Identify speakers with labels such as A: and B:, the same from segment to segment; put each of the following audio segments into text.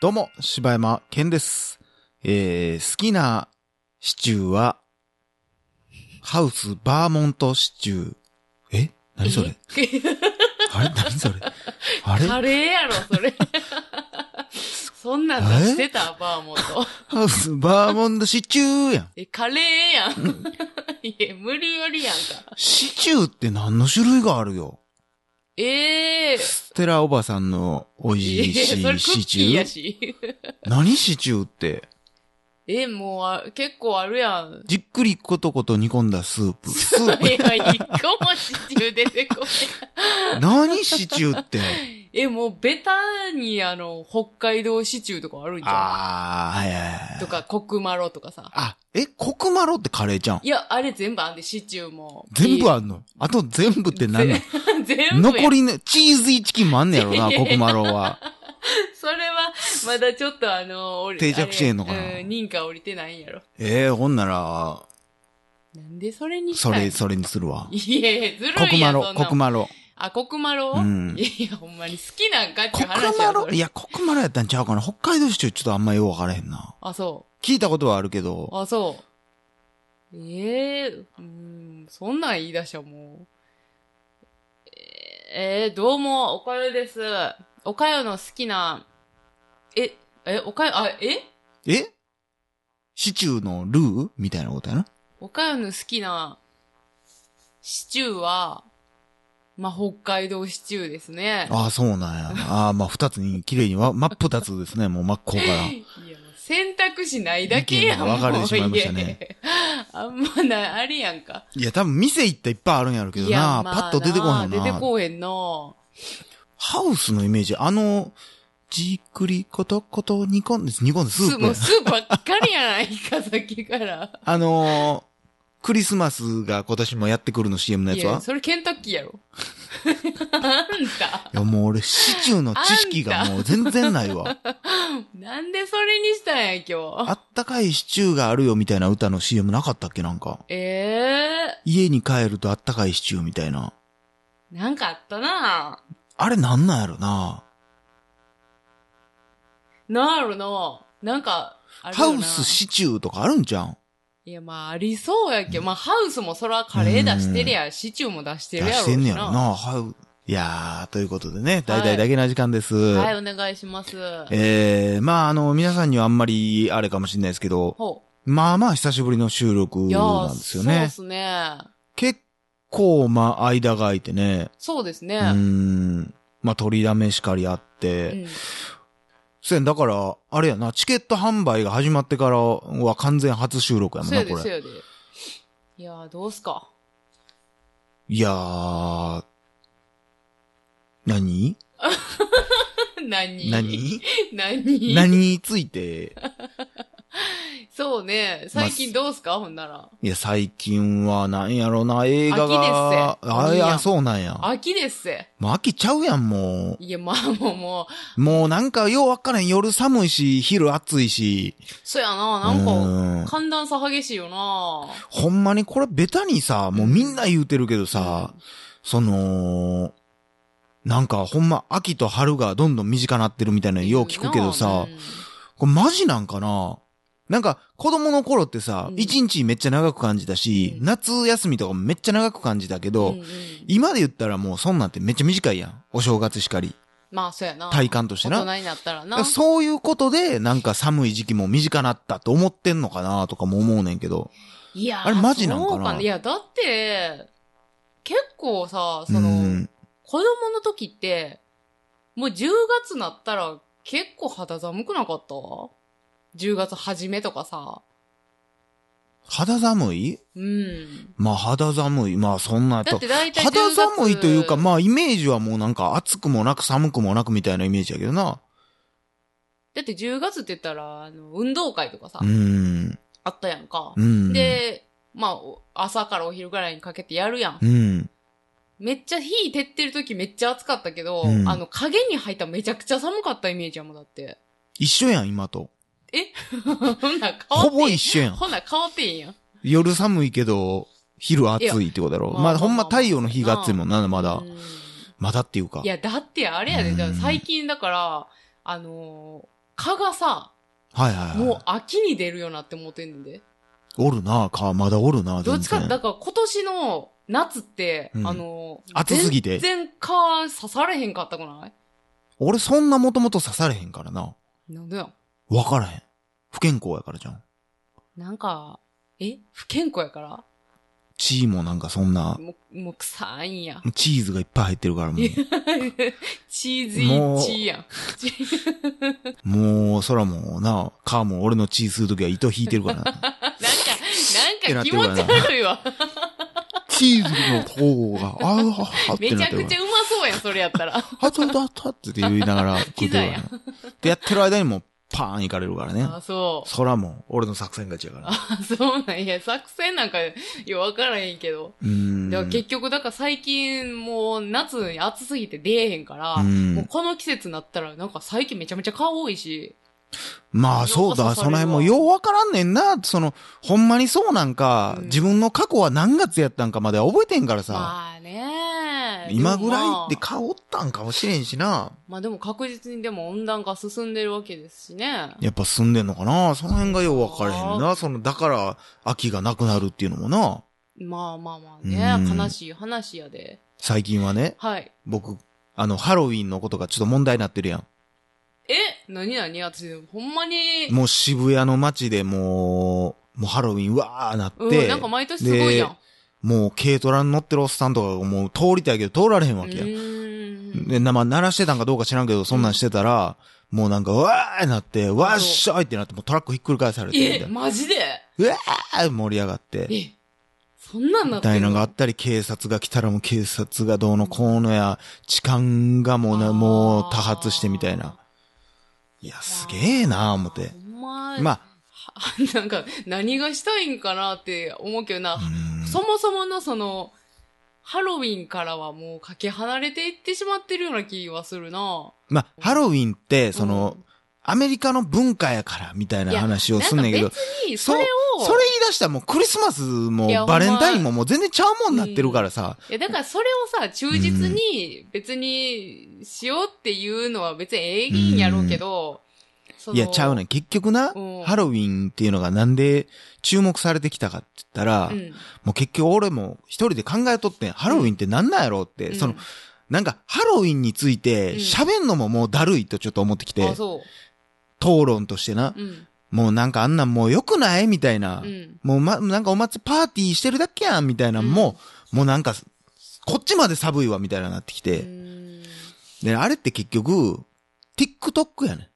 A: どうも、柴山健です。えー、好きなシチューは、ハウスバーモントシチュー。え何 それあれ何それあれ
B: カレーやろ、それ。 そんなん出してたバーモント。
A: ハウスバーモントシチューやん。
B: え、カレーやん。 いや、無理やりやんか。
A: シチューって何の種類があるよ
B: ええ
A: ステラおばさんの美味 し
B: いや
A: い
B: それク
A: シ
B: ッ
A: チ
B: キー
A: ュ
B: や
A: ー
B: し。
A: 何シチューって
B: え、もうあ、結構あるやん。
A: じっくりことこと煮込んだスープ。スー
B: いや、一個もシチュー出てこ
A: プ。何シチューって。
B: ない。 え、もう、ベタに、あの、北海道シチューとかあるんじゃ
A: あー、はいはいは
B: ん
A: い
B: と。か、コクマロとかさ。
A: あ、え、コクマロってカレーじゃん
B: い。や、あれ全部あんで、シチューも。
A: 全部
B: あ
A: あんのあと全部って何なの
B: 全部や。
A: 残りね、チーズイチキンもあんねやろな、コクマロ は。
B: それは、まだちょっとあの、おり
A: 定着してんのかな
B: あれうん、認可降りてないんやろ。
A: えー、ほんなら、
B: なんでそれにした
A: そ
B: ん
A: れ、それにするわ。
B: いやいや、ずるいや
A: コクマロ
B: そ、んな
A: コ
B: ん
A: クマロ。
B: あ、コクマロ
A: うん
B: いやいや、ほんまに好きなんかって
A: コ
B: いう話や
A: クマロ
B: それ
A: いや、コクマロやったんちゃうかな。北海道市中ちょっとあんまよう分からへんな。
B: あ、そ
A: 聞いたことはあるけど
B: う。。あ、そう。ええうん、そんなん言い出しゃもう。ええどうも、おかよです。おかよの好きな、え、え、おかよ、あ、え
A: えシチューのルーみたいなことやな。
B: おかよの好きなシチューは、まあ、北海道シチューですね。
A: ああ、そうなんや。ああ、まあ、二つに、綺麗にわ、真っ二つですね。もう真っ向 から。
B: いや、もう選択肢ないだけやん。
A: 意見が分かれてしまいましたね
B: もう。やあんまない、あれやんか。
A: いや、多分店行ったらいっぱいあるんやろうけど
B: いや
A: な。
B: ま
A: パッ
B: あ
A: と出てこへんよ
B: 出て
A: な。
B: こへんな。
A: ハウスのイメージ、あの、じっくりことこと煮込んで、煮込んでスー
B: ス
A: プ
B: も
A: や
B: う。スープばっかりやないか、 さっきから。
A: あのー、クリスマスが今年もやってくるの CM のや
B: い
A: つは
B: や、それケンタッキーやろ。 あんた、
A: いや、もう俺、シチューの知識がもう全然ないわ。
B: なんでそれにしたんや、今日。
A: あったかいシチューがあるよみたいな歌の CM なかったっけなんか。
B: え
A: 家に帰るとあったかいシチューみたいな。
B: えなんかあったな
A: あれなんなんやろな。
B: なるの。なんか、ある
A: ハ
B: よな
A: ウスシチューとかあるんじゃん
B: いや、まあ、ありそうやけど、まあ、ハウスもそらカレー出してるや、シチューも出して
A: 出
B: るやろうしな。
A: してんねやろな。ハウいやー、ということでね、大々だけな時間です。
B: はい、お願いします。
A: えー、まああの、皆さんにはあんまりあれかもしれないですけど、
B: ほ
A: まあまあ久しぶりの収録
B: う。いやー
A: なんですよ
B: そうで
A: ね。
B: すね。
A: 結構、まあ間が空いてね、
B: そうです
A: う
B: ね。
A: ーん、まあ取りだめしかりあって、
B: うん
A: せやん、だから、あれやな、チケット販売が始まってからは完全初収録やもん
B: そう
A: な、
B: やで、
A: こ
B: そう
A: れ。
B: やで。いやー、どうすか。
A: いやー、何
B: 何
A: 何
B: 何
A: 何につい て、
B: そうね。最近どうすかほんなら。
A: いや、最近はなんやろな、映画が、
B: 秋ですせ
A: あい
B: いいや
A: や、
B: ん
A: そうなんや。
B: 秋ですせ。
A: もう秋ちゃうやん、も
B: いや、まあ、もう、も
A: う。もうなんかようわからん。夜寒いし、昼暑いし。
B: う、そうやな。なんか、
A: うん
B: 寒暖差激しいよな。
A: ほんまにこれベタにさ、もうみんな言うてるけどさ、その、なんかほんま秋と春がどんどん短なってるみたいなのよう聞くけどさ、
B: うん
A: これマジなんかななんか子供の頃ってさ
B: う、ん
A: 一、日めっちゃ長く感じたし、
B: うん
A: 夏休みとかもめっちゃ長く感じたけど、
B: うんうん
A: 今で言ったらもうそんなんてめっちゃ短いやん。お正月しかり。
B: まあ、そうやな。
A: 体感としてな。
B: 大人になったら
A: だ
B: な
A: から。そういうことで、なんか寒い時期も短なったと思ってんのかなとかも思うねんけど。
B: いやー
A: あれマジなんかな
B: そういや、だって、結構さ、
A: う
B: その、
A: ん。
B: 子供の時って、もう10月なったら結構肌寒くなかった ?10 月初めとかさ。
A: 肌寒い
B: うん。
A: まあ肌寒い。まあそんなや
B: だっ
A: と。
B: て大体10
A: 肌
B: 月
A: 寒いというか、まあイメージはもうなんか暑くもなく寒くもなくみたいなイメージやけどな。
B: だって10月って言ったら、あの、運動会とかさ、
A: うん。
B: あったやんか
A: う。ん。、
B: で、まあ、お朝からお昼ぐらいにかけてやるやん。
A: うん。
B: めっちゃ火照ってる時めっちゃ暑かったけど、
A: うん
B: あの、影に入ったらめちゃくちゃ寒かったイメージやもんだって。
A: 一緒やん、今と。
B: ほんなら
A: ほ
B: 変わ
A: ぼ
B: って
A: 一
B: ん。
A: 緒やん。
B: ほんなら変わってんやん。
A: 夜寒いけど、昼暑いってことだろ。
B: いや
A: まあ
B: まあ
A: ほんま
B: まあまあ
A: 太陽の日が暑いもんな、まだ
B: う。ん
A: まだっていうか
B: い。や、だってあれやで、
A: うん
B: だから最近だから、あのー蚊がさ、
A: はいはい
B: もう
A: は
B: 秋に出るよなって思ってんねんで。
A: い。おるな、か、まだおるな、
B: どっ
A: 全
B: ちか、
A: 然。
B: だから今年の夏って、
A: うん
B: あのー
A: 暑すぎて
B: 全然蚊刺されへんかったくな
A: 俺そんなもともと刺されへんからな。
B: いなんでや
A: わからへん。不健康やからじゃん。
B: なんか、え不健康やから
A: 血もなんかそんな、
B: もう、もう臭いんや。
A: チーズがいっぱい入ってるからもう。
B: チーズイッチーやん。
A: もう、そらもうな、カーも俺の血するときは糸引いてるから な。
B: なんか、
A: て
B: な
A: なんって
B: か気
A: るか
B: 持
A: ら
B: ち
A: な
B: 悪いわ。
A: チーズの方が、あーははって
B: めち
A: なっ
B: ゃ
A: てる
B: く
A: か
B: ちゃ
A: ら。
B: うまそうやん、それやっ たら。
A: あたたたって言いなが ら食ってるからな。で、やってる間にもう、パーンいかれるからね。
B: あ、そう。
A: そらもう、俺の作戦勝ちやから。
B: あ、そうなんや。作戦なんか、ようわからへんけど。
A: うーん。
B: でも結局、だから最近、もう夏に暑すぎて出えへんから、
A: うん
B: もうこの季節になったら、なんか最近めちゃめちゃ顔多いし、
A: まあそう
B: よう
A: だ、
B: こそ
A: その辺もようわからんねんな。その、ほんまにそうなんか、
B: うん
A: 自分の過去は何月やったんかまでは覚えてんからさ。
B: まあね
A: 今ぐらい
B: まあ
A: で顔おったんかもしれんしな。
B: まあでも確実にでも温暖化進んでるわけですしね。
A: やっぱ住んでんのかなその辺がよう分からへん
B: そ
A: な。その、だから、秋がなくなるっていうのもな。
B: まあまあまあね、
A: うん
B: 悲しい話やで。
A: 最近はね、
B: はい。
A: 僕、あの、ハロウィンのことがちょっと問題になってるやん。
B: え何何私、ほんまに、
A: もう渋谷の街でもう、もうハロウィンわーなって、
B: うん、なんか毎年すごいやん。
A: もう軽トラに乗ってるおっさんとかがもう通りたいけど通られへん
B: う
A: わけや。
B: ーん。
A: で、な、まあ、鳴らしてたんかどうか知らんけど、そんなんしてたら、もうなんか、うわーなって、わっしょいってなって、もうトラックひっくり返されて、みたい
B: え、
A: な
B: マジで
A: うわー盛り上がって。
B: え、そんなんな
A: み
B: って
A: たい
B: ん
A: なのがあ
B: の
A: ったり、警察が来たらもう警察がどうのこうのや、痴漢がもうな、もう多発してみたいな。いや、すげえなー思って
B: ほ。んま、
A: ま
B: は、 なんか、何がしたいんかなって思うけどな
A: あ、う、ん
B: そもそものその、ハロウィンからはもうかけ離れていってしまってるような気はするな。
A: まあ、ハロウィンって、そうの
B: ん、
A: アメリカの文化やから、みたいない
B: や
A: 話をすんねんけ
B: な
A: ど
B: んか、別に、
A: そ
B: それを、
A: それ言い出したらもうクリスマスも
B: いやほんま
A: バレンタインももう全然ちゃうもんなってるからさ、
B: いや、だからそれをさ、忠実に別にしようっていうのは別にええんやろうけど、その
A: いや、ちゃうねん。結局な、
B: うん
A: ハロウィンっていうのがなんで注目されてきたかって言ったら、
B: うん。
A: もう結局俺も一人で考えとってん、ハロウィンってなんなんやろうって、その、なんかハロウィンについて
B: うん
A: 喋んのももうだるいとちょっと思ってき
B: う
A: て、
B: ん、あ、そ
A: 討論としてな
B: う。、うん。
A: もうなんかあんなんもう良くないみたいな、
B: うん。
A: もうま、なんかお祭りパーティーしてるだけやんみたいなんも、もうなんか、こっちまで寒いわみたいななってき
B: う
A: て、
B: ん。
A: で、あれって結局、TikTok やね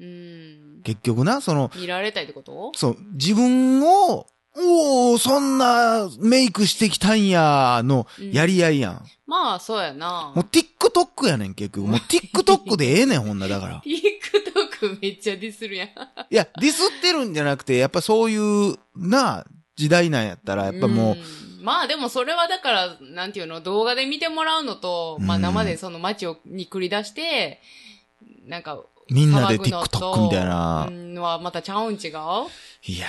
A: ん。
B: うん。
A: 結局な、その、
B: 見られたいってこと
A: そう、自分を、おおそんなメイクしてきたんや、の、
B: うん
A: やり合いやん。
B: まあ、そうやな。
A: もう TikTok やねん、結局。もう TikTok でええね ん、ほんな、だから。
B: TikTok めっちゃディスるやん。
A: いや、ディスってるんじゃなくて、やっぱそういう、な、時代なんやったら、やっぱもう、
B: うんまあでもそれはだから、なんていうの、動画で見てもらうのと、まあ
A: うん
B: 生でその街をに繰り出して、なんか、
A: みんなで
B: 騒ぐのと
A: TikTok みたいな
B: うんのはまたちゃうん違う
A: いや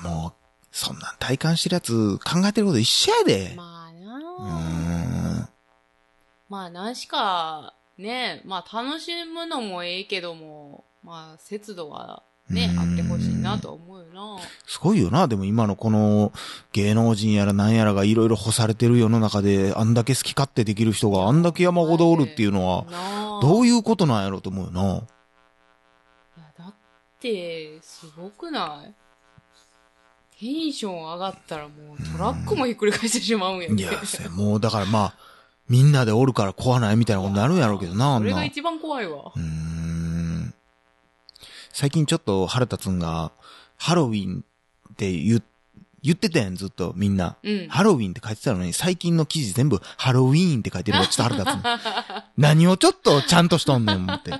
A: ー、もう、そんなん体感してるやつ、考えてること一緒やで。
B: まあ
A: う
B: なあ
A: ーん。
B: まあ何しか、ね、まあ楽しむのもええけども、まあ節度はね
A: う、ん
B: あってほしいなとは思うよな。
A: すごいよな。でも今のこの芸能人やら何やらがいろいろ干されてる世の中で、あんだけ好き勝手できる人があんだけ山ほどおるっていうのは、
B: なあ
A: どういうことなんやろと思うよな。
B: いや、だって、すごくないテンション上がったらもうトラックもひっくり返してしまうんや
A: いや、せもうだからまあ、みんなでおるから怖ないみたいなことになるんやろうけどな、あ
B: そ
A: ん
B: れ
A: な。
B: が
A: う
B: 一番怖いわ。
A: ーん。最近ちょっと腹立つんが、ハロウィンって言、言ってたやん、ずっとみんな。
B: うん。
A: ハロウィンって書いてたのに、最近の記事全部ハロウィーンって書いてる のがちょっと腹立つの。何をちょっとちゃんとしとんねん、思 って。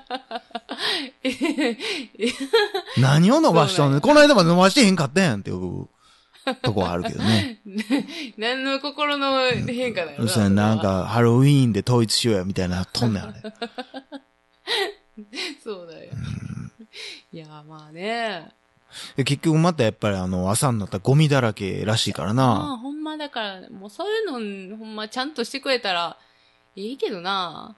A: 何を伸ばしとんねん。この間まで伸ばしてへんかったやんっていうとこはあるけどね。
B: 何の心の変化だよ
A: うそやなん。か、ハロウィーンで統一しようや、みたいな、とんねん、あれ。
B: そうだよ。いや、まあね。
A: で結局またやっぱりあの、朝になったらゴミだらけらしいから
B: ま
A: な。
B: あ、ほんまだから、もうそういうの、ほんまちゃんとしてくれたらいいけどな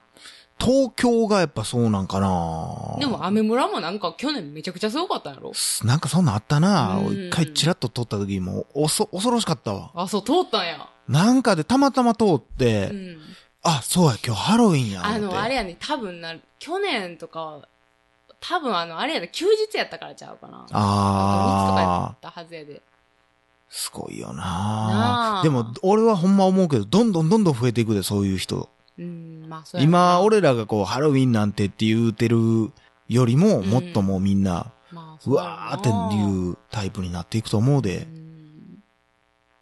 A: 東京がやっぱそうなんかな
B: でも、アメ村もなんか去年めちゃくちゃすごかったんやろ
A: すなんかそんなんあったな
B: うん
A: 一回チラッと通った時も、おそ、恐ろしかったわ。
B: あ、そう、通ったんや。
A: なんかでたまたま通っ
B: う
A: て、
B: ん。
A: あ、そうや、今日ハロウィンや。
B: あ
A: 思っ
B: の、
A: て
B: あれやね、多分な、去年とか、多分あの、あれやね、休日やったからちゃうかな。とかや
A: あ
B: ったはずやで。
A: ー、すごいよ
B: な
A: な
B: あ
A: でも、俺はほんま思うけど、どんどんどんどん増えていくで、そういう人。
B: うん、まあ、そうやろな
A: 今、、俺らがこう、ハロウィンなんてって言うてるよりも、
B: うん
A: もっともうみんな、
B: まあ、そううやろ
A: わーって
B: う。
A: いうタイプになっていくと思うで。
B: ん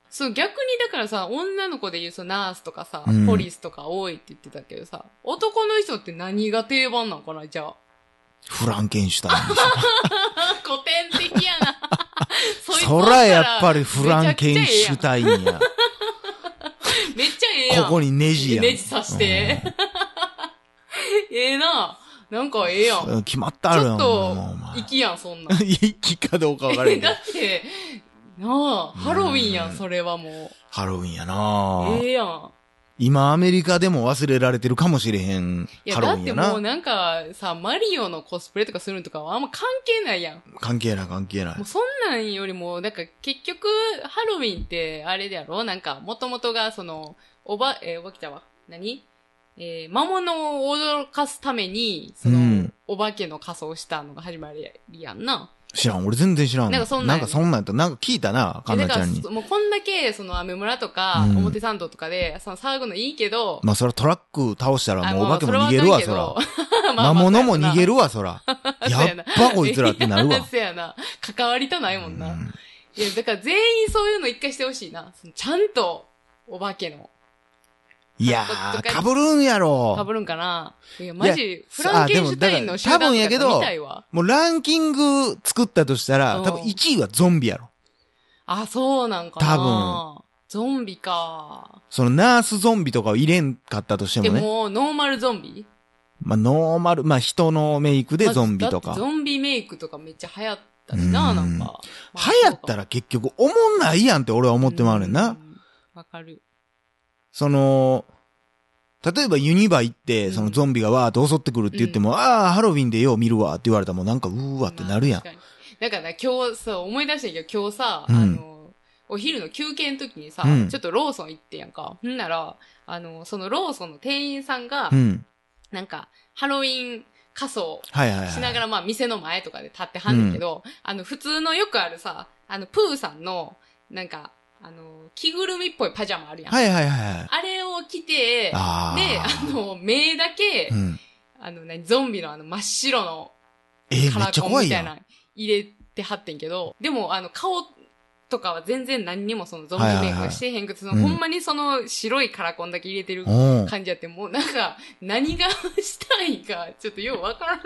B: そう、逆にだからさ、女の子で言う、そう、ナースとかさ、
A: うん
B: ポリスとか多いって言ってたけどさ、男の人って何が定番なのかな、じゃあ。
A: フランケンシュタインでし
B: 古典的や
A: ょ。
B: な。そいつ
A: そらやっぱりフランケンシュタインや。
B: めっちゃええやん。
A: ここにネジやん。
B: ネジ刺して。 ええな。なんかええやん。ち
A: う
B: ょ
A: ん。決まってあるやん。
B: っ
A: お
B: と
A: 前、
B: 粋やん、そんなん。
A: 一気かどうかわからへんけ
B: だ
A: ど。
B: って、なあ、ハロウィンや
A: うん
B: ん、それはも
A: ハロウィンやな
B: う。ええやん。
A: 今アメリカでも忘れられてるかもしれへん
B: いや、
A: ハロウ
B: だ
A: ィ
B: っ
A: ン
B: て
A: や
B: も
A: な
B: う。なんかさ、マリオのコスプレとかするのとかはあんま関係ないやん。
A: 関係ない関係ない
B: もう。そんなんよりも、なんか結局、ハロウィンって、あれだろなんか、もともとが、その、おば、えーおばきちゃんは、何えー魔物を驚かすために、その、
A: うん
B: お化けの仮装したのが始まりやんな。
A: 知らん、俺全然知らん。
B: なんかそんなん
A: なんかそんなんやった。なんか聞いたな、
B: で
A: かん
B: だ
A: な
B: か
A: ちゃ
B: ら、
A: んに。
B: もうこんだけ、その、アメ村とか、
A: うん
B: 表参道とかで、その、騒ぐのいいけど、
A: まあそらトラック倒したら
B: あ
A: もうお
B: まあ
A: 化けも逃げるわ、そ
B: れ
A: ら
B: は。あかんけど まあ
A: 魔
B: まあ
A: 物も逃げ
B: る
A: るわ、そら。
B: そう
A: や
B: や
A: っ
B: な
A: ばこいつらってなるわ。
B: そうやな。関わりとないもんな。
A: うん
B: いや、だから全員そういうの一回してほしいな。そのちゃんと、お化けの。
A: いやー、被るんや
B: か
A: ろ。
B: ぶるんかないや、マジ、フ
A: さ
B: ランケンシュタイン
A: あでもだから
B: の集団とか
A: 多分やけど
B: 見たいわ。
A: もうランキング作ったとしたら
B: う、ん
A: 多分1位はゾンビやろ。
B: あ、そうなんかな
A: 多
B: 分。ゾンビか。
A: そのナースゾンビとかを入れんかったとして
B: で
A: もね。
B: も、ノーマルゾンビ
A: まあノーマル、まあ人のメイクでゾンビと
B: ま
A: か。
B: ずだって
A: 流
B: ゾンビメイクとかめっちゃ流行ったしな、
A: うん
B: なんか。まあ
A: 行ったら結局おもんないやんって俺は思ってまうねん。
B: そう
A: な
B: か。うわかる。
A: その、例えばユニバ行っ
B: う
A: て、
B: ん
A: そのゾンビがわーって襲ってくるって言っても、ああ、ハロウィンでよう見るわって言われたらもうなんかうーわってなるやん。
B: まあ。確かにだからな今日さ、思い出したんやけど、今日さ、
A: うん
B: あの、お昼の休憩の時にさ、
A: うん
B: ちょっとローソン行ってやんか。ほんなら、あの、そのローソンの店員さんが、
A: うん。
B: なんか、ハロウィン仮装
A: はいはいはい。
B: しながら、まあ、店の前とかで立ってはんねんけど、あの、普通のよくあるさ、あの、プーさんの、なんか、あの、着ぐるみっぽいパジャマあるやん。
A: はいはいはいはい。
B: あれを着て、で、
A: あ
B: あ
A: あ。
B: の、目だけ、
A: うん。
B: あの、何、ゾンビのあの、真っ白の
A: えー
B: カ
A: め
B: ラ
A: っちゃ
B: コン
A: 怖い
B: みた
A: や
B: い
A: ん。
B: な、入れてはってんけど、でも、あの、顔とかは全然何にもそのゾンビメイクはしてへんくて、その、
A: うん
B: ほんまにその白いカラコンだけ入れてる
A: うん。
B: 感じやって、もうなんか、何がしたいんか、ちょっとようわからん。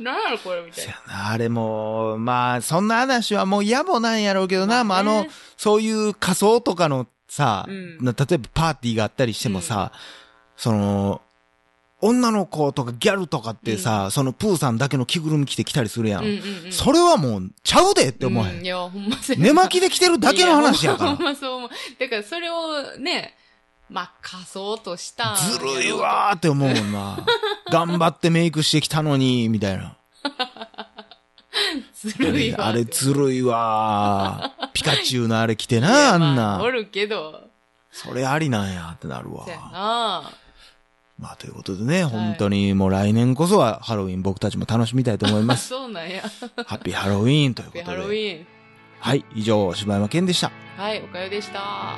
B: 何やろこれみたい
A: せや
B: な。
A: なあれも、まあ、そんな話はもう野暮なんやろうけどな、まあ、あ
B: ね
A: の、、そういう仮装とかのさ、
B: うん
A: な例えばパーティーがあったりしてもさ、その、女の子とかギャルとかってさ、そのプーさんだけの着ぐるみ着てきたりするやん。
B: うんうんうん、
A: それはもう、ちゃうでって思わへ。
B: うんいや、ほんませ
A: 寝巻きで着てるだけの話 やか
B: ほん
A: ら。
B: まそう思う。だからそれをね、まあ、仮想としたんやろ
A: ず
B: うと。
A: るいわーって思うもん な。頑張ってメイクしてきたのに、みたいな。
B: ずるいわ。
A: あれずるいわ ー。ピカチュウのあれ着て
B: いや
A: な、あん
B: まあお
A: な。
B: るけど、
A: それありなんやってなるわ
B: そ。やな。
A: まあということでね、本当にもう来年こそはハロウィン僕たちも楽しみたいと思います。
B: そうなんや。
A: ハッピーハロウィンというこ
B: ハ
A: と
B: ロウ
A: で。
B: ィン。
A: はい、以上、柴山健でした。
B: はい、おかよでした。